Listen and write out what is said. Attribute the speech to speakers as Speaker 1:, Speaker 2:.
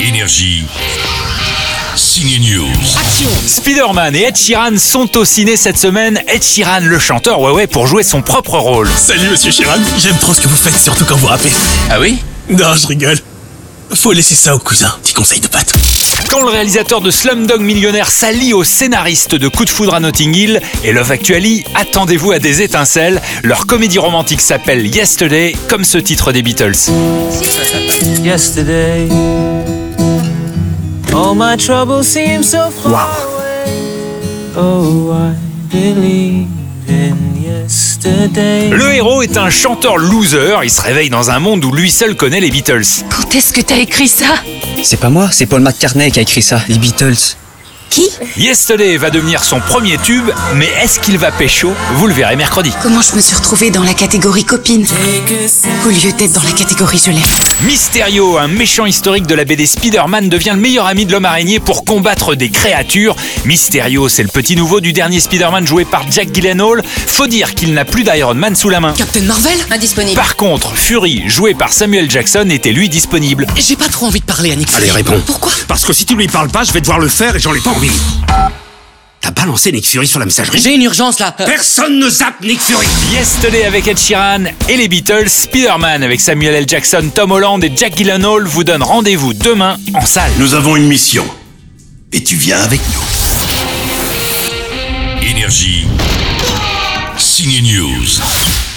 Speaker 1: Énergie. Signe News.
Speaker 2: Ah,
Speaker 3: Spider-Man et Ed Sheeran sont au ciné cette semaine. Ed Sheeran, le chanteur, ouais ouais, pour jouer son propre rôle.
Speaker 2: Salut Monsieur Chiran, j'aime trop ce que vous faites, surtout quand vous rappez.
Speaker 3: Ah oui
Speaker 2: Non, je rigole. Faut laisser ça au cousin, petit conseil de pâte.
Speaker 3: Quand le réalisateur de Slumdog Millionnaire s'allie au scénariste de Coup de foudre à Notting Hill et Love Actually, attendez-vous à des étincelles. Leur comédie romantique s'appelle Yesterday, comme ce titre des Beatles.
Speaker 4: Yesterday, all my troubles seem so far away. Oh, I believe in yesterday.
Speaker 3: Le héros est un chanteur loser, il se réveille dans un monde où lui seul connaît les Beatles.
Speaker 5: Quand est-ce que t'as écrit ça
Speaker 6: C'est pas moi, c'est Paul McCartney qui a écrit ça, les Beatles.
Speaker 3: Yesterday va devenir son premier tube, mais est-ce qu'il va pécho Vous le verrez mercredi.
Speaker 5: Comment je me suis retrouvée dans la catégorie copine Au lieu d'être dans la catégorie je l'aime.
Speaker 3: Mysterio, un méchant historique de la BD Spider-Man, devient le meilleur ami de l'homme araignée pour combattre des créatures. Mysterio, c'est le petit nouveau du dernier Spider-Man joué par Jack Gyllenhaal. Faut dire qu'il n'a plus d'Iron Man sous la main.
Speaker 5: Captain Marvel Indisponible.
Speaker 3: Par contre, Fury, joué par Samuel Jackson, était lui disponible.
Speaker 5: J'ai pas trop envie de parler à Nick
Speaker 2: Allez,
Speaker 5: Fury.
Speaker 2: réponds.
Speaker 5: Pourquoi
Speaker 2: Parce que si tu lui parles pas, je vais devoir le faire et j'en ai pas envie. T'as balancé Nick Fury sur la messagerie
Speaker 5: J'ai une urgence là.
Speaker 2: Personne ne zappe Nick Fury
Speaker 3: Yesterday avec Ed Sheeran et les Beatles, Spider-Man avec Samuel L. Jackson, Tom Holland et Jack Gyllenhaal vous donnent rendez-vous demain en salle.
Speaker 7: Nous avons une mission. Et tu viens avec nous.
Speaker 1: Énergie. Signe News.